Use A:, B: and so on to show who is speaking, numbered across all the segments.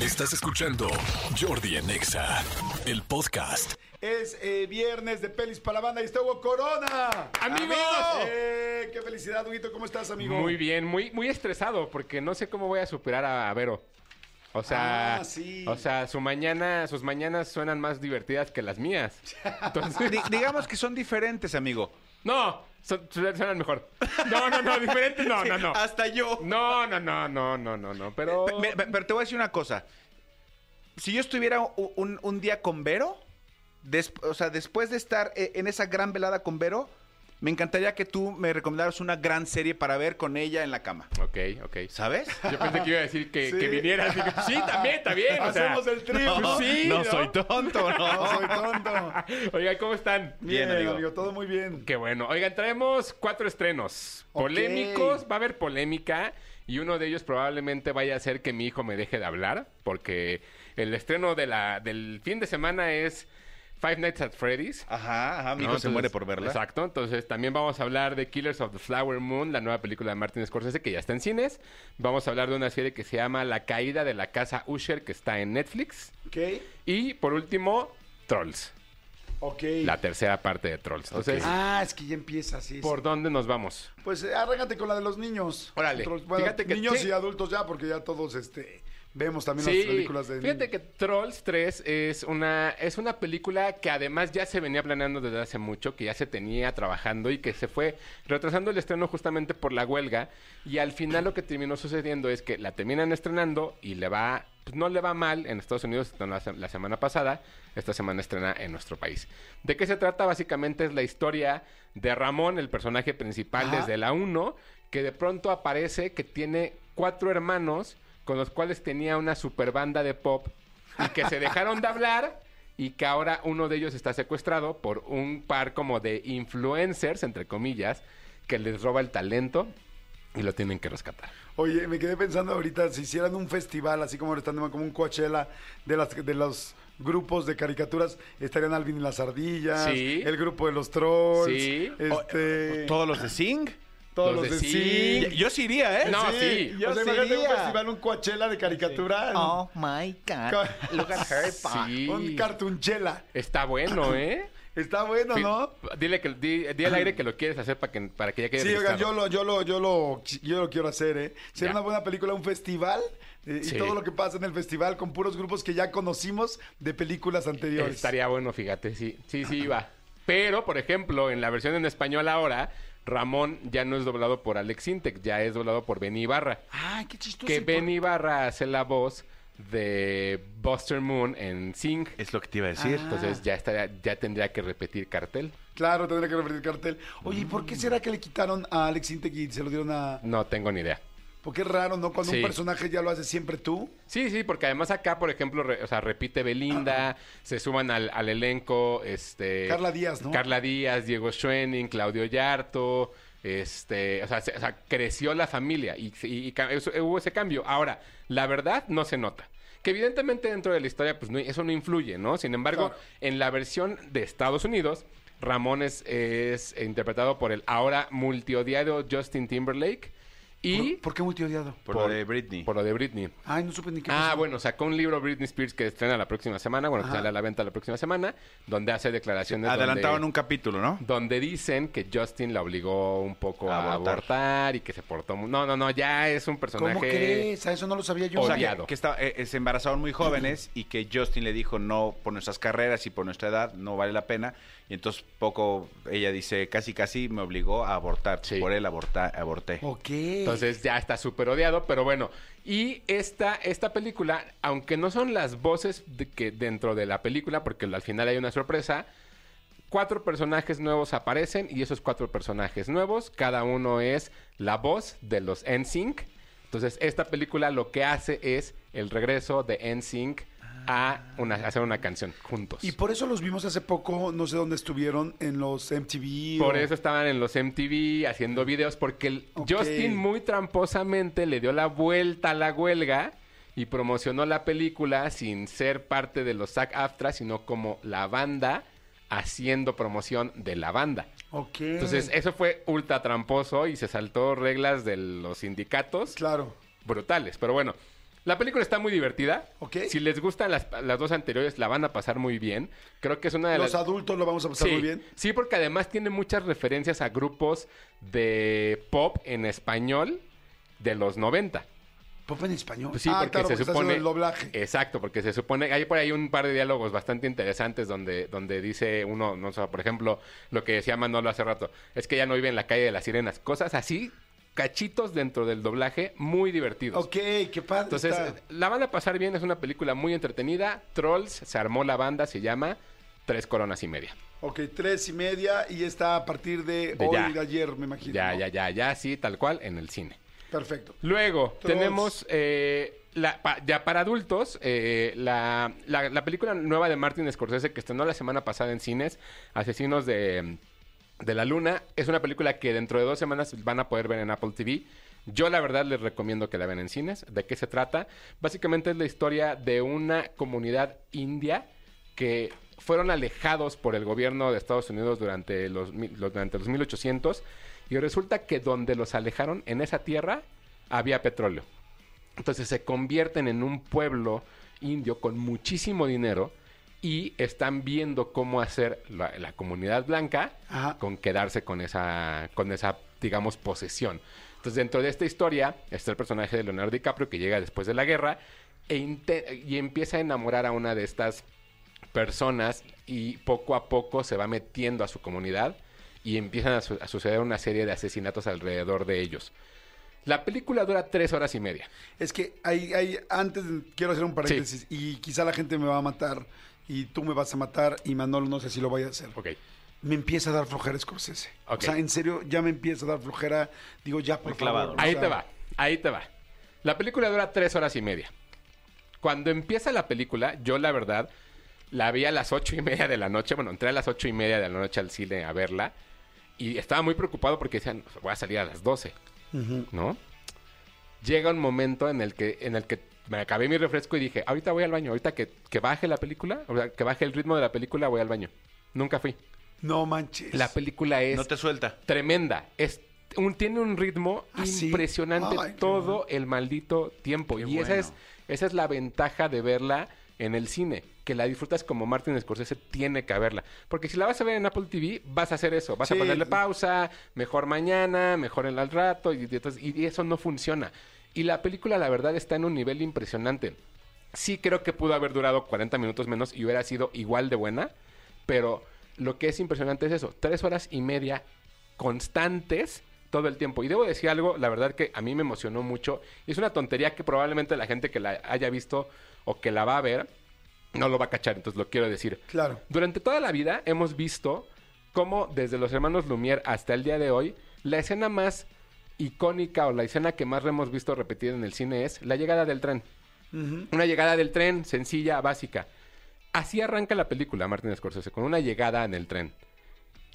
A: Estás escuchando Jordi en Exa, el podcast.
B: Es eh, viernes de Pelis para la banda y está Hugo Corona.
C: Amigo.
B: Eh, ¡Qué felicidad, Huguito! ¿Cómo estás, amigo?
C: Muy bien, muy, muy estresado porque no sé cómo voy a superar a Vero. O sea,
B: Ah, sí.
C: o sea, su mañana, sus mañanas suenan más divertidas que las mías. Entonces,
D: Di- digamos que son diferentes, amigo.
C: no, son- suenan mejor. No, no, no, diferente, no, no, no.
D: Hasta yo.
C: No, no, no, no, no, no, no, pero
D: Pe- pe- Pero te voy a decir una cosa. Si yo estuviera u- un, un día con Vero, des- o sea, después de estar e- en esa gran velada con Vero, me encantaría que tú me recomendaras una gran serie para ver con ella en la cama.
C: Ok, ok.
D: ¿Sabes?
C: Yo pensé que iba a decir que,
B: Sí.
C: que viniera. así que, pues, sí, también, está bien. o sea.
B: Hacemos el trío.
C: No. Sí,
D: no,
C: ¿no?
D: soy tonto,
B: No,
D: no.
B: soy tonto.
C: Oigan, ¿cómo están?
B: Bien,
D: Bien,
B: amigo.
D: amigo.
B: todo muy bien.
C: Qué bueno. Oigan, traemos cuatro estrenos
B: Ok.
C: polémicos. Va a haber polémica. Y uno de ellos probablemente vaya a ser que mi hijo me deje de hablar. Porque el estreno de la, del fin de semana es Five Nights at Freddy's.
D: Ajá, ajá, Ah, mi hijo
C: ¿no?
D: se
C: Entonces,
D: muere por verla.
C: Exacto. Entonces, también vamos a hablar de Killers of the Flower Moon, la nueva película de Martin Scorsese que ya está en cines. Vamos a hablar de una serie que se llama La caída de la casa Usher que está en Netflix.
B: Ok.
C: Y por último, Trolls,
B: Ok.
C: la tercera parte de Trolls. Entonces,
B: Ah, es que ya empieza así. sí.
C: ¿por dónde nos vamos?
B: Pues eh, arráncate con la de los niños.
C: Órale.
B: Otros- bueno,
C: Fíjate que-
B: niños
C: sí.
B: y adultos ya, porque ya todos este, vemos también
C: Sí,
B: las películas de
C: fíjate que Trolls 3 es una, es una película que además ya se venía planeando desde hace mucho, que ya se tenía trabajando y que se fue retrasando el estreno justamente por la huelga. Y al final lo que terminó sucediendo es que la terminan estrenando y le va, pues, no le va mal en Estados Unidos estrenó la, se- la semana pasada, esta semana estrena en nuestro país. ¿De qué se trata? Básicamente es la historia de Ramón, el personaje principal
B: Ajá.
C: desde la 1, que de pronto aparece que tiene cuatro hermanos con los cuales tenía una super banda de pop y que se dejaron de hablar y que ahora uno de ellos está secuestrado por un par como de influencers, entre comillas, que les roba el talento y lo tienen que rescatar.
B: Oye, me quedé pensando ahorita, si hicieran un festival, así como ahora están de moda, como un Coachella de las de los grupos de caricaturas, estarían Alvin y las ardillas,
C: Sí.
B: el grupo de los trolls,
C: Sí.
B: este,
D: Todos los de Sing.
B: todos
C: los
B: los de
C: de
B: Sing.
C: Sing.
D: Y- Yo sí iría, ¿eh?
C: No,
B: Sí,
C: sí.
B: o
D: Yo
B: sea, imagínate un
D: sería.
B: festival, un Coachella de caricatura,
D: Oh my God.
B: Ca-
D: Look at her.
C: Sí.
B: un cartunchela.
C: Está bueno, ¿eh?
B: Está bueno,
C: Sí,
B: ¿no?
C: Dile que di, di al aire que lo quieres hacer para que para que ya quede
B: Sí, oigan,
C: registrado.
B: yo lo, yo lo, yo lo, yo lo quiero hacer, ¿eh? Sería
C: Ya.
B: una buena película, un festival eh, y
C: Sí.
B: todo lo que pasa en el festival con puros grupos que ya conocimos de películas anteriores.
C: Estaría bueno, fíjate, sí, sí, sí iba. Pero, por ejemplo, en la versión en español ahora, Ramón ya no es doblado por Alex Intec, ya es doblado por Benny Ibarra.
B: Ay, qué chistoso.
C: que
B: ¿Por-
C: Benny Ibarra hace la voz de Buster Moon en Sing.
D: Es lo que te iba a decir.
C: Entonces ya estaría, ya tendría que repetir cartel.
B: Claro, tendría que repetir cartel. Oye, ¿y por qué será que le quitaron a Alex Integ y se lo dieron a...?
C: No tengo ni idea.
B: Porque es raro, ¿no? Cuando un
C: Sí.
B: personaje ya lo hace siempre tú.
C: Sí, sí, porque además acá, por ejemplo, re- o sea, repite Belinda, se suman al, al elenco, este...
B: Carla Díaz, ¿no?
C: Carla Díaz, Diego Schwenning, Claudio Yarto, este... O sea, se- o sea, creció la familia y, y- y ca- eso- hubo ese cambio. Ahora, la verdad no se nota. Que evidentemente dentro de la historia, pues no- eso no influye, ¿no? Sin embargo,
B: Claro.
C: en la versión de Estados Unidos, Ramón es, es interpretado por el ahora multiodiado Justin Timberlake y...
B: ¿Por, por qué multiodiado?
D: Por, lo de Britney.
C: por lo de Britney.
B: Ay, no supe ni qué
C: Ah,
B: pasó.
C: bueno, sacó un libro Britney Spears que estrena la próxima semana, bueno, que
B: Ajá.
C: sale a la venta la próxima semana, donde hace declaraciones
D: Adelantaban
C: donde,
D: un capítulo, ¿no?
C: donde dicen que Justin la obligó un poco
D: A
C: a,
D: abortar.
C: abortar. y que se portó... mu- No, no, no, ya es un personaje...
B: ¿Cómo crees? A eso no lo sabía yo.
D: O sea,
C: Odiado.
D: que, que estaba- eh, eh, se embarazaron muy jóvenes y que Justin le dijo, no, por nuestras carreras y por nuestra edad no vale la pena. Y entonces poco, ella dice, casi casi me obligó a abortar.
C: Sí. Oh,
D: Por él aborta, aborté.
B: Ok.
C: Entonces ya está súper odiado, pero bueno. Y esta, esta película, aunque no son las voces de que dentro de la película, porque al final hay una sorpresa, cuatro personajes nuevos aparecen y esos cuatro personajes nuevos, cada uno es la voz de los NSYNC. Entonces esta película lo que hace es el regreso de NSYNC a, una, a hacer una canción juntos.
B: Y por eso los vimos hace poco, no sé dónde estuvieron, en los MTV.
C: Por
B: o-
C: eso estaban en los MTV haciendo videos, porque el
B: Ok.
C: Justin muy tramposamente le dio la vuelta a la huelga y promocionó la película sin ser parte de los SAG AFTRA, sino como la banda haciendo promoción de la banda.
B: Ok.
C: Entonces, eso fue ultra tramposo y se saltó reglas de los sindicatos
B: Claro.
C: brutales. Pero bueno, La película está muy divertida.
B: Ok.
C: Si les gustan las, las dos anteriores, la van a pasar muy bien. Creo que es una de
B: Los
C: las...
B: adultos lo vamos a pasar
C: Sí,
B: muy bien.
C: sí, porque además tiene muchas referencias a grupos de pop en español de los 90.
B: ¿Pop en español?
C: Pues sí,
B: ah,
C: porque
B: claro,
C: se
B: porque está
C: supone.
B: haciendo el doblaje.
C: Exacto, porque se supone. Hay por ahí un par de diálogos bastante interesantes donde, donde dice uno, no sé, por ejemplo, lo que decía Manolo hace rato, es que ya no vive en la calle de las sirenas. Cosas así, cachitos dentro del doblaje, muy divertidos.
B: Ok, qué padre.
C: Entonces,
B: está.
C: la van a pasar bien, es una película muy entretenida. Trolls, se armó la banda, se llama Tres Coronas y Media.
B: Ok, tres y media y está a partir de,
C: De
B: hoy,
C: ya.
B: de ayer, me imagino.
C: Ya,
B: ¿no?
C: ya, ya, ya, sí, tal cual, en el cine.
B: Perfecto.
C: Luego
B: Trolls.
C: tenemos eh, la, pa- ya para adultos, eh, la, la- la película nueva de Martin Scorsese que estrenó la semana pasada en cines, Asesinos de, de la Luna, es una película que dentro de dos semanas van a poder ver en Apple TV. Yo la verdad les recomiendo que la vean en cines. ¿De qué se trata? Básicamente es la historia de una comunidad india que fueron alejados por el gobierno de Estados Unidos durante los, mil- los- durante los 1800 y resulta que donde los alejaron, en esa tierra, había petróleo. Entonces se convierten en un pueblo indio con muchísimo dinero y están viendo cómo hacer la, la comunidad blanca
B: Ajá.
C: con quedarse con esa, con esa, digamos, posesión. Entonces dentro de esta historia está el personaje de Leonardo DiCaprio que llega después de la guerra e inte- y empieza a enamorar a una de estas personas y poco a poco se va metiendo a su comunidad y empiezan a, su- a suceder una serie de asesinatos alrededor de ellos. La película dura tres horas y media.
B: Es que hay, hay, antes quiero hacer un paréntesis y quizá la gente me va a matar y tú me vas a matar y Manolo no sé si lo vaya a hacer.
C: Ok.
B: Me empieza a dar flojera Scorsese.
C: Ok.
B: O sea, en serio, ya me empieza a dar flojera. Digo, ya, por
D: Muy
B: favor,
D: clavado, ¿no?
B: o
C: Ahí
B: sea,
C: te va, ahí te va. La película dura tres horas y media. Cuando empieza la película, yo la verdad la vi a las ocho y media de la noche. Bueno, entré a las ocho y media de la noche al cine a verla. Y estaba muy preocupado porque decían, voy a salir a las doce. ¿No? Llega un momento en el que, en el que me acabé mi refresco y dije, ahorita voy al baño, ahorita que, que baje la película, o sea, que baje el ritmo de la película, voy al baño. Nunca fui.
B: No manches.
C: La película es
D: No te suelta.
C: tremenda. Es un, tiene un ritmo
B: ¿Ah, sí?
C: impresionante
B: Ay, qué
C: todo
B: bueno.
C: el maldito tiempo. y esa es, esa es la ventaja de verla en el cine, que la disfrutas como Martin Scorsese tiene que verla. Porque si la vas a ver en Apple TV, vas a hacer eso. Vas a
B: Sí.
C: ponerle pausa, mejor mañana, mejor en al rato, y, y entonces- y eso no funciona. Y la película, la verdad, está en un nivel impresionante. Sí creo que pudo haber durado 40 minutos menos y hubiera sido igual de buena, pero lo que es impresionante es eso, tres horas y media constantes todo el tiempo. Y debo decir algo, la verdad que a mí me emocionó mucho. Es una tontería que probablemente la gente que la haya visto o que la va a ver no lo va a cachar, entonces lo quiero decir.
B: Claro.
C: Durante toda la vida hemos visto cómo desde los hermanos Lumière hasta el día de hoy, la escena más icónica o la escena que más hemos visto repetida en el cine es la llegada del tren.
B: Ujú.
C: Una llegada del tren sencilla, básica. Así arranca la película, Martin Scorsese, con una llegada en el tren.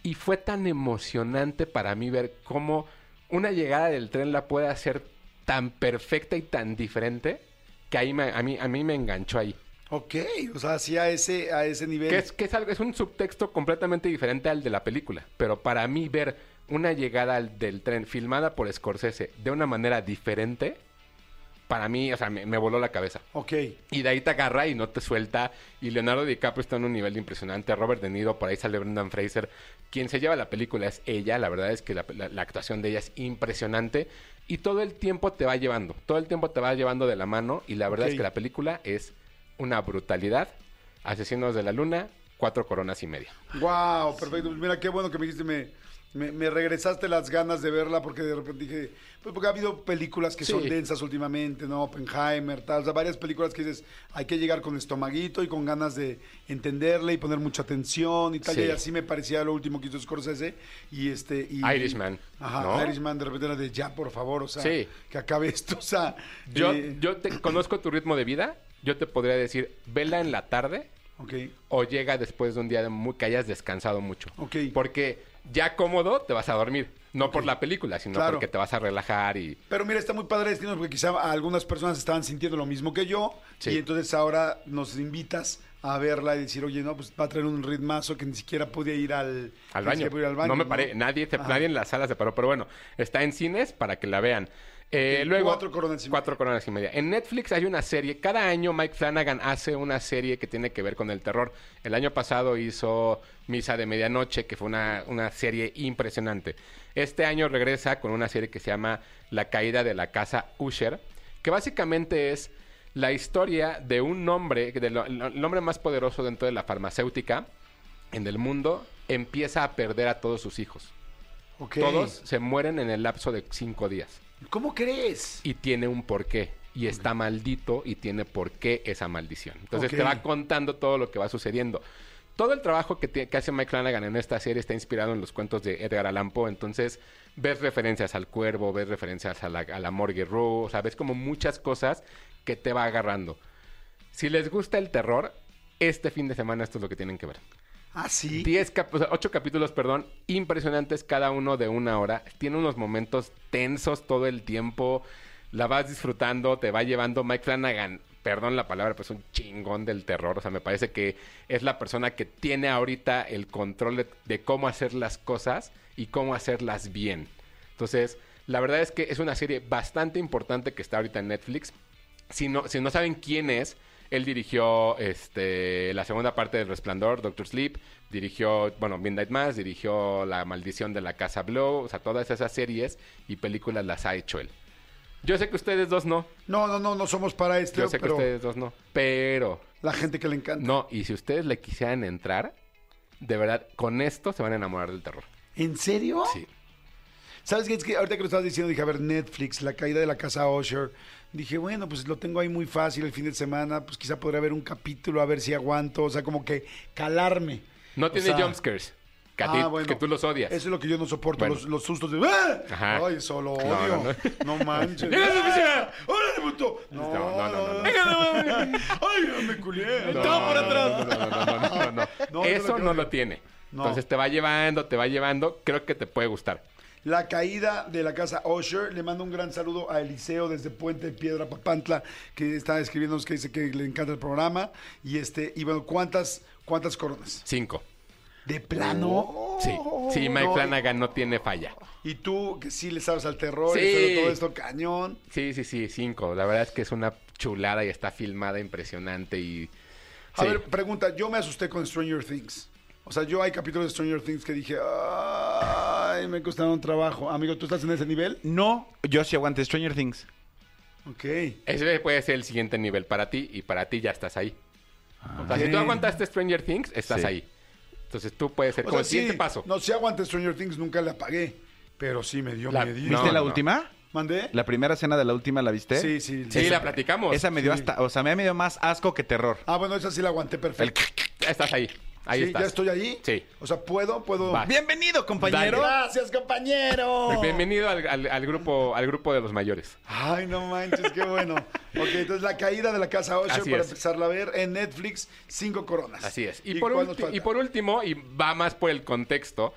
C: Y fue tan emocionante para mí ver cómo una llegada del tren la puede hacer tan perfecta y tan diferente que ahí me- a, mí, a mí me enganchó ahí.
B: Ok, o sea, sí a ese, a ese nivel.
C: Que es, que es algo, es un subtexto completamente diferente al de la película. Pero para mí ver una llegada al- del tren filmada por Scorsese de una manera diferente, para mí, o sea, me- me voló la cabeza.
B: Ok.
C: Y de ahí te agarra y no te suelta. Y Leonardo DiCaprio está en un nivel impresionante. Robert De Niro, por ahí sale Brendan Fraser. Quien se lleva la película es ella. La verdad es que la, la- la actuación de ella es impresionante. Y todo el tiempo te va llevando. Todo el tiempo te va llevando de la mano. Y la verdad
B: Ok.
C: es que la película es una brutalidad. Asesinos de la Luna, cuatro coronas y media.
B: Wow, perfecto. Pues Mira, qué bueno que me dijiste, me, me- me regresaste las ganas de verla porque de repente dije, pues porque ha habido películas que
C: Sí.
B: son densas últimamente, ¿no? Oppenheimer, tal, o sea, varias películas que dices, hay que llegar con estomaguito y con ganas de entenderle y poner mucha atención y tal,
C: Sí.
B: y así me parecía lo último que hizo Scorsese y este... Y,
C: Irishman,
B: Ajá,
C: ¿no?
B: Irishman de repente era de ya, por favor, o sea,
C: Sí.
B: que acabe esto, o sea...
C: Yo,
B: eh,
C: yo te conozco tu ritmo de vida. Yo te podría decir, vela en la tarde.
B: Ok,
C: o llega después de un día de muy, que hayas descansado mucho.
B: Ok.
C: Porque ya cómodo te vas a dormir. No por la película, sino
B: Claro.
C: porque te vas a relajar y...
B: Pero mira, está muy padre este porque quizá a algunas personas estaban sintiendo lo mismo que yo.
C: Sí.
B: Y entonces ahora nos invitas a verla y decir, oye, no, pues va a traer un ritmazo que ni siquiera podía ir al,
C: Al
B: ni
C: baño.
B: siquiera podía ir al baño,
C: No me paré, nadie, se-
B: Ajá.
C: nadie en la sala se paró, pero bueno, está en cines para que la vean. Eh,
B: Ok,
C: luego,
B: cuatro coronas y media.
C: cuatro coronas y media. En Netflix hay una serie. Cada año Mike Flanagan hace una serie que tiene que ver con el terror. El año pasado hizo Misa de Medianoche, que fue una, una serie impresionante. Este año regresa con una serie que se llama La Caída de la Casa Usher, que básicamente es la historia de un hombre, del el hombre más poderoso dentro de la farmacéutica en el mundo, empieza a perder a todos sus hijos.
B: Ok.
C: Todos se mueren en el lapso de cinco días
B: ¿Cómo crees?
C: y tiene un porqué. Y está maldito y tiene por qué esa maldición. Entonces
B: Ok.
C: te va contando todo lo que va sucediendo. Todo el trabajo que, tie- que hace Mike Flanagan en esta serie está inspirado en los cuentos de Edgar Allan Poe. Entonces ves referencias al cuervo, ves referencias a la, a la morgue Roo, o sea, ves como muchas cosas que te va agarrando. Si les gusta el terror, este fin de semana esto es lo que tienen que ver.
B: Ah, sí.
C: 10 cap- o sea, ocho capítulos, perdón, impresionantes cada uno de una hora. Tiene unos momentos tensos todo el tiempo. La vas disfrutando, te va llevando Mike Flanagan. Perdón la palabra, pues un chingón del terror. O sea, me parece que es la persona que tiene ahorita el control de, de cómo hacer las cosas y cómo hacerlas bien. Entonces, la verdad es que es una serie bastante importante que está ahorita en Netflix. Si no, si no saben quién es, él dirigió este, la segunda parte del Resplandor, Doctor Sleep, dirigió, bueno, Midnight Mass, dirigió La Maldición de la Casa Blow, o sea, todas esas series y películas las ha hecho él. Yo sé que ustedes dos no,
B: No, no, no, no somos para este,
C: yo sé que
B: pero
C: ustedes dos no, pero
B: la gente que le encanta.
C: no, y si ustedes le quisieran entrar, de verdad, con esto se van a enamorar del terror.
B: ¿En serio?
C: Sí.
B: ¿Sabes qué? Es que ahorita que lo estabas diciendo, dije, a ver, Netflix, la caída de la casa Usher. Dije, bueno, pues lo tengo ahí muy fácil el fin de semana, pues quizá podré ver un capítulo, a ver si aguanto, o sea, como que calarme.
C: No
B: O
C: tiene
B: sea,
C: jumpscares, que, a
B: ah,
C: ti-
B: bueno.
C: que tú los odias.
B: Eso es lo que yo no soporto,
C: Bueno.
B: los, los sustos de... ¡Ah!
C: Ajá.
B: Ay, eso lo
C: No,
B: odio. No,
C: no,
B: manches.
C: ¡Llega a su oficina!
B: ¡Órale, puto! No,
C: no, no, no, no.
B: ¡Ay, me culié!
C: No,
B: ¡Todo por
C: no,
B: atrás!
C: no, no, no, no, no, no.
B: No,
C: Eso
B: no lo
C: no,
B: creo.
C: lo tiene.
B: No.
C: Entonces te va llevando, te va llevando. Creo que te puede gustar.
B: La caída de la casa Osher. Le mando un gran saludo a Eliseo desde Puente de Piedra Papantla, que está escribiéndonos que dice que le encanta el programa. Y este, y bueno, ¿cuántas, cuántas coronas?
C: Cinco.
B: ¿De plano?
C: Sí. Sí, Mike
B: No,
C: Flanagan no tiene falla.
B: Y tú, que sí le sabes al terror, y
C: Sí.
B: sobre todo esto, cañón.
C: Sí, sí, sí, cinco. La verdad es que es una chulada y está filmada impresionante y...
B: A
C: Sí.
B: ver, pregunta, yo me asusté con Stranger Things. O sea, yo hay capítulos de Stranger Things que dije, ay, me costaron trabajo. Amigo, ¿tú estás en ese nivel?
D: No, yo sí aguante Stranger Things.
B: Ok.
C: Ese puede ser el siguiente nivel para ti y para ti ya estás ahí. O sea, si tú
B: Ok.
C: aguantaste Stranger Things, estás
D: Sí.
C: ahí. Entonces tú puedes ser
B: O
C: como
B: sea,
C: el siguiente
B: sí,
C: paso.
B: No, si aguanté Stranger Things, nunca la apagué. Pero sí me dio
C: La-
B: miedo.
C: No,
D: ¿Viste la
C: no.
D: última?
B: ¿Mandé?
D: ¿La primera escena de la última la viste?
B: Sí, sí.
C: sí,
B: esa-
C: la platicamos.
D: Esa me dio hasta, o sea, me dio más asco que terror.
B: Ah, bueno, esa sí la aguanté perfecto.
C: Estás ahí. Ahí
B: Sí,
C: estás.
B: ¿Ya estoy allí?
C: Sí.
B: O sea, ¿puedo? ¿Puedo?
C: Vas.
D: Bienvenido, compañero.
C: Dale.
B: ¡Gracias, compañero!
C: Bienvenido al, al- al grupo, al grupo de los mayores.
B: Ay, no manches, qué bueno. ok, entonces la caída de la casa Osher
C: Así
B: para
C: es.
B: empezarla a ver en Netflix, cinco coronas.
C: Así es. Y, por,
B: cuál nos
C: ulti-
B: falta?
C: y por último, y va más por el contexto,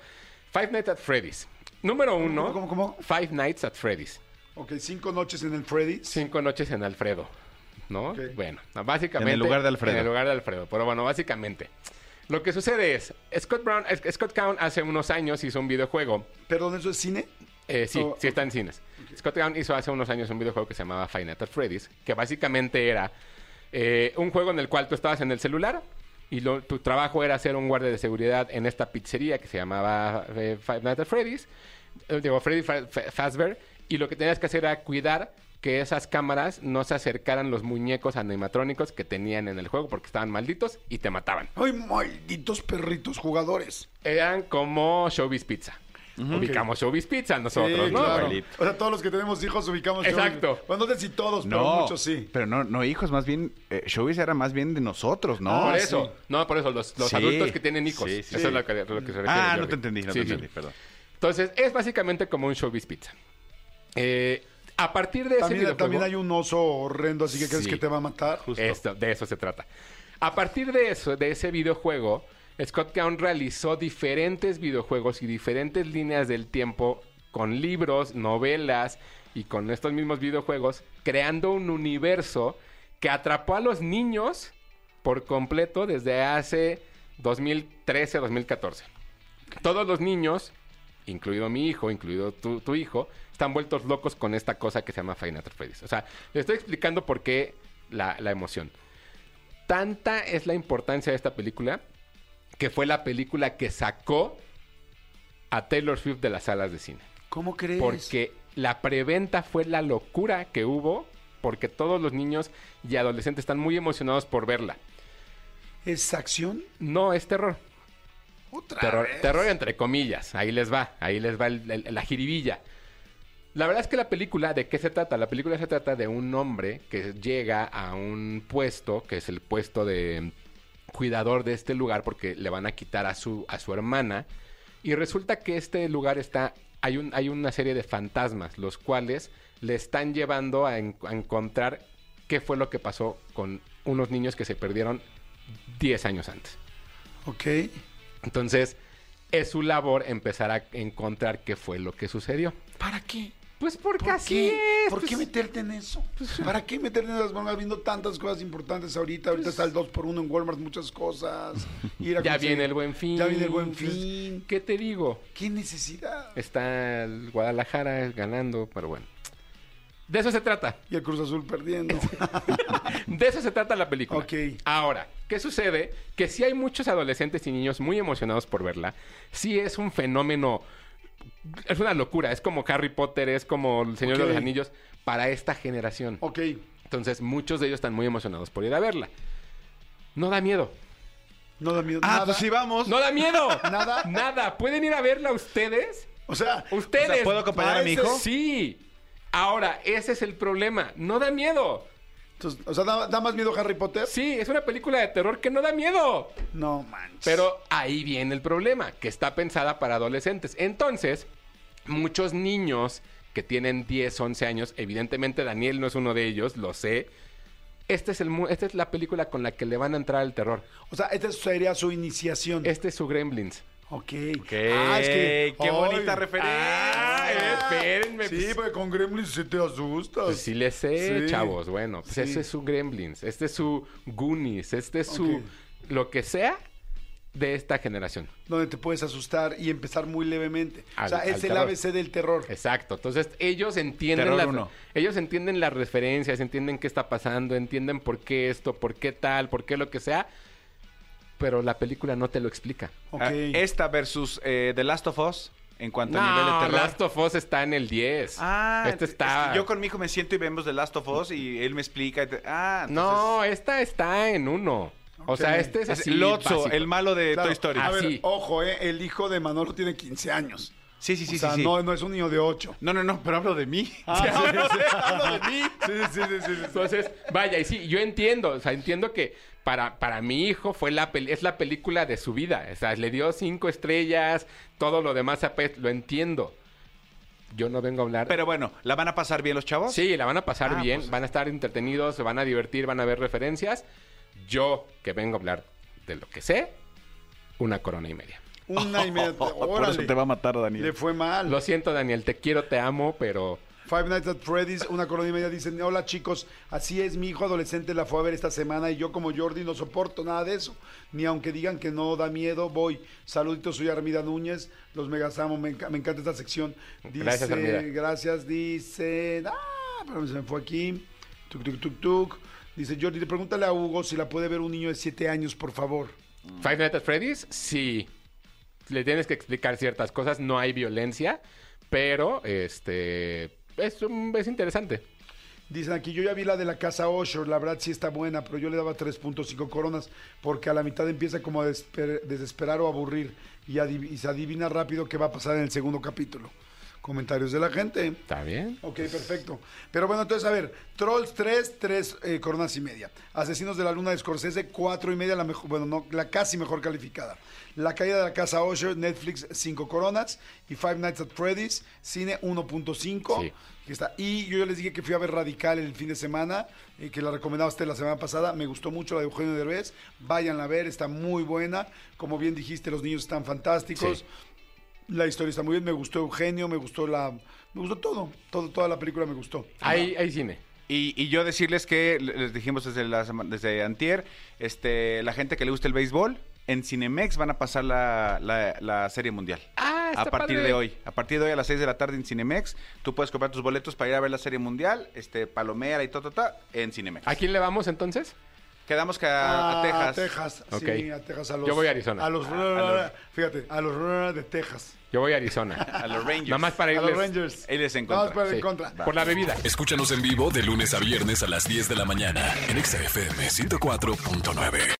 C: Five Nights at Freddy's. Número uno.
B: cómo, cómo?
C: Five Nights at Freddy's.
B: Ok, cinco noches en el Freddy's.
C: Cinco noches en Alfredo. ¿No?
B: Ok.
C: Bueno, básicamente.
D: En el lugar de Alfredo.
C: En el lugar de Alfredo. Pero bueno, básicamente. Lo que sucede es, Scott Brown, es- Scott Cowan hace unos años hizo un videojuego.
B: Perdón, ¿eso es cine?
C: Eh, sí,
B: Oh,
C: sí está en cines. Scott Town hizo hace unos años un videojuego que se llamaba Five Nights at Freddy's, que básicamente era eh, un juego en el cual tú estabas en el celular y lo- tu trabajo era ser un guardia de seguridad en esta pizzería que se llamaba eh, Five Nights at Freddy's, eh, digo, Freddy Fa- Fa- Fazbear, y lo que tenías que hacer era cuidar que esas cámaras no se acercaran los muñecos animatrónicos que tenían en el juego porque estaban malditos y te mataban.
B: Ay, malditos perritos jugadores.
C: Eran como Showbiz Pizza. Ubicamos Showbiz Pizza nosotros,
B: Sí,
C: ¿no?
B: claro.
C: Bueno,
B: O sea, todos los que tenemos hijos ubicamos.
C: Exacto.
B: Showbiz. Bueno, no sé si todos, pero
D: No,
B: muchos sí.
D: pero no, no hijos, más bien, eh, Showbiz era más bien de nosotros, ¿no?
C: por
B: Ah,
C: eso.
B: sí.
C: No, por eso. Los, los
D: Sí.
C: adultos que tienen hijos.
D: Sí, sí,
C: eso
D: sí.
C: es lo que, lo que se refiere.
D: Ah,
C: Jordi.
D: no te entendí, no
C: Sí,
D: te
C: sí.
D: entendí, perdón.
C: Entonces, es básicamente como un showbiz pizza. Eh, a partir de ese
B: También,
C: videojuego...
B: también hay un oso horrendo, así que crees
C: Sí.
B: que te va a matar.
C: Esto, de eso se trata. A partir de eso, de ese videojuego, Scott Cowan realizó diferentes videojuegos y diferentes líneas del tiempo con libros, novelas y con estos mismos videojuegos, creando un universo que atrapó a los niños por completo desde hace 2013-2014. Todos los niños incluido mi hijo, incluido tu, tu hijo, están vueltos locos con esta cosa que se llama Five Nights at Freddy's. O sea, les estoy explicando por qué la, la emoción. Tanta es la importancia de esta película que fue la película que sacó a Taylor Swift de las salas de cine.
B: ¿Cómo crees?
C: Porque la preventa fue la locura que hubo, porque todos los niños y adolescentes están muy emocionados por verla.
B: ¿Es acción?
C: No es terror.
D: Otra
C: Terror,
D: vez.
C: terror entre comillas. Ahí les va, ahí les va el- el- la jiribilla. La verdad es que la película, ¿de qué se trata? La película se trata de un hombre que llega a un puesto, que es el puesto de mm, cuidador de este lugar, porque le van a quitar a su, a su hermana. Y resulta que este lugar está. Hay, un, hay una serie de fantasmas, los cuales le están llevando a, en- a encontrar qué fue lo que pasó con unos niños que se perdieron 10 años antes.
B: Ok.
C: Entonces, es su labor empezar a encontrar qué fue lo que sucedió.
B: ¿Para qué?
C: Pues porque
B: ¿Por
C: así
B: qué?
C: es.
B: ¿Por qué
C: pues,
B: meterte en eso? ¿Para qué meterte en esas broncas viendo tantas cosas importantes ahorita?
C: Pues.
B: Ahorita está el 2x1 en Walmart, muchas cosas. Ir a
C: Ya
B: conseguir-
C: viene el buen fin.
B: Ya viene el buen
C: pues,
B: fin.
C: ¿Qué te digo?
B: ¿Qué necesidad?
C: Está el Guadalajara ganando, pero bueno. De eso se trata.
B: Y el Cruz Azul perdiendo.
C: De eso se trata la película.
B: Ok.
C: Ahora, ¿qué sucede? Que sí hay muchos adolescentes y niños muy emocionados por verla. Sí es un fenómeno. Es una locura. Es como Harry Potter, es como El Señor de
B: Ok.
C: los Anillos para esta generación.
B: ok.
C: Entonces, muchos de ellos están muy emocionados por ir a verla. No da miedo.
B: No da miedo.
D: Ah,
B: nada.
D: pues sí, vamos.
C: ¡No da miedo!
B: Nada.
C: Nada. ¿Pueden ir a verla ustedes?
B: O sea,
C: ¿Ustedes?
D: O sea, ¿puedo acompañar a mi hijo?
C: Sí. Ahora, ese es el problema. No da miedo.
B: entonces, o sea da, da más miedo Harry Potter?
C: Sí, es una película de terror que no da miedo.
B: No manches.
C: Pero ahí viene el problema, que está pensada para adolescentes. Entonces, muchos niños que tienen 10, 11 años, evidentemente Daniel no es uno de ellos, lo sé. Este es el, mu- esta es la película con la que le van a entrar al terror.
B: O sea, esta sería su iniciación.
C: Este es su Gremlins.
B: Ok. Ah,
D: Ok, qué bonita referencia.
C: Ah, espérenme,
B: Sí,
C: pues.
B: porque con Gremlins se te asustas.
C: Pues sí le sé,
B: Sí.
C: chavos. Bueno, pues
B: Sí.
C: este es su Gremlins, este es su Goonies, este es su
B: Ok.
C: lo que sea de esta generación.
B: Donde te puedes asustar y empezar muy levemente. o
C: Al-
B: sea,
C: al
B: es el
C: terror.
B: ABC del terror.
C: Exacto. Entonces, ellos entienden
D: Terror
C: las,
D: uno.
C: ellos entienden las referencias, entienden qué está pasando, entienden por qué esto, por qué tal, por qué lo que sea. Pero la película no te lo explica.
B: Ok.
D: Ah, Esta versus eh, The Last of Us en cuanto a nivel de
C: No,
D: terror.
C: Last of Us está en el 10.
D: Ah,
C: este
D: es que
C: está.
D: yo con mi hijo me siento y vemos The Last of Us y él me explica. y te- Ah,
C: No, esta está en uno. O sea,
B: Ok.
C: este es
D: entonces-
C: así.
D: es Lotso,
C: básico.
D: el malo de
B: Claro.
D: Toy Story.
B: A ver,
C: Así.
B: ojo, eh, el hijo de Manolo tiene 15 años.
D: sí, sí, sí,
B: o sea,
D: sí, sí.
B: No, no es un niño de 8.
D: No, no, no, pero hablo de mí.
B: hablo, de, mí. Sí, sí, sí, sí, sí.
C: Entonces, vaya, y sí, yo entiendo, o sea, entiendo que para, para mi hijo fue la pel- es la película de su vida. O sea, le dio cinco estrellas, todo lo demás apes- lo entiendo. Yo no vengo a hablar.
D: Pero bueno, ¿la van a pasar bien los chavos?
C: sí, la van a pasar
D: Ah,
C: bien,
D: pues-
C: van a estar entretenidos, se van a divertir, van a ver referencias. Yo que vengo a hablar de lo que sé, una corona y media.
B: Una y media.
D: Por eso
B: órale.
D: te va a matar, Daniel.
B: Le fue mal.
C: Lo siento, Daniel, te quiero, te amo, pero
B: Five Nights at Freddy's, una colonia y media, dicen, hola chicos, así es, mi hijo adolescente la fue a ver esta semana y yo como Jordi no soporto nada de eso, ni aunque digan que no da miedo, voy. Saluditos, soy Armida Núñez, los megasamo, me, enca- me encanta esta sección. Dice,
C: Gracias, Armida.
B: Gracias, dice, ah, pero se me fue aquí, tuk, tuk, tuk, tuk. Dice Jordi, pregúntale a Hugo si la puede ver un niño de 7 años, por favor.
C: Five Nights at Freddy's, sí. Le tienes que explicar ciertas cosas, no hay violencia, pero este es, un- es interesante.
B: Dicen aquí, yo ya vi la de la casa Osher, la verdad sí está buena, pero yo le daba 3.5 coronas, porque a la mitad empieza como a desesper- desesperar o aburrir, y, adiv- y se adivina rápido qué va a pasar en el segundo capítulo. Comentarios de la gente.
C: ¿Está bien?
B: Ok, perfecto. Pero bueno, entonces, a ver, Trolls 3, 3 eh, coronas y media. Asesinos de la Luna de Scorsese, 4 y media, la mejor, bueno, no, la casi mejor calificada. La caída de la casa Osher, Netflix, 5 coronas. Y Five Nights at Freddy's, cine 1.5.
C: Sí.
B: Aquí está. Y yo ya les dije que fui a ver Radical el fin de semana, eh, que la recomendaba usted la semana pasada. Me gustó mucho la de Eugenio Derbez. Váyanla a ver, está muy buena. Como bien dijiste, los niños están fantásticos.
C: Sí.
B: La historia está muy bien, me gustó Eugenio, me gustó la. Me gustó todo, todo toda la película me gustó.
C: Hay, hay cine.
D: Y, y yo decirles que les dijimos desde, la sema- desde antier, este, la gente que le gusta el béisbol, en Cinemex van a pasar la, la- la Serie Mundial.
C: Ah,
D: a
C: está
D: partir
C: padre.
D: de hoy. A partir de hoy a las 6 de la tarde en Cinemex, tú puedes comprar tus boletos para ir a ver la Serie Mundial, este Palomera y ta, ta, ta, en Cinemex.
C: ¿A quién le vamos entonces?
D: Quedamos que a,
B: Ah,
D: a Texas.
B: sí,
C: Ok.
B: a Texas. A los,
C: Yo voy a Arizona.
B: A los,
D: los-
B: fíjate, a los de Texas.
C: Yo voy a Arizona.
D: A los Rangers.
C: Nada más para
B: A los
C: irles
B: Rangers.
D: Ellos en
B: Vamos
D: contra,
B: para en
C: sí,
B: contra.
C: por la bebida.
A: Escúchanos en vivo de lunes a viernes a las 10 de la mañana en Exa FM 104.9.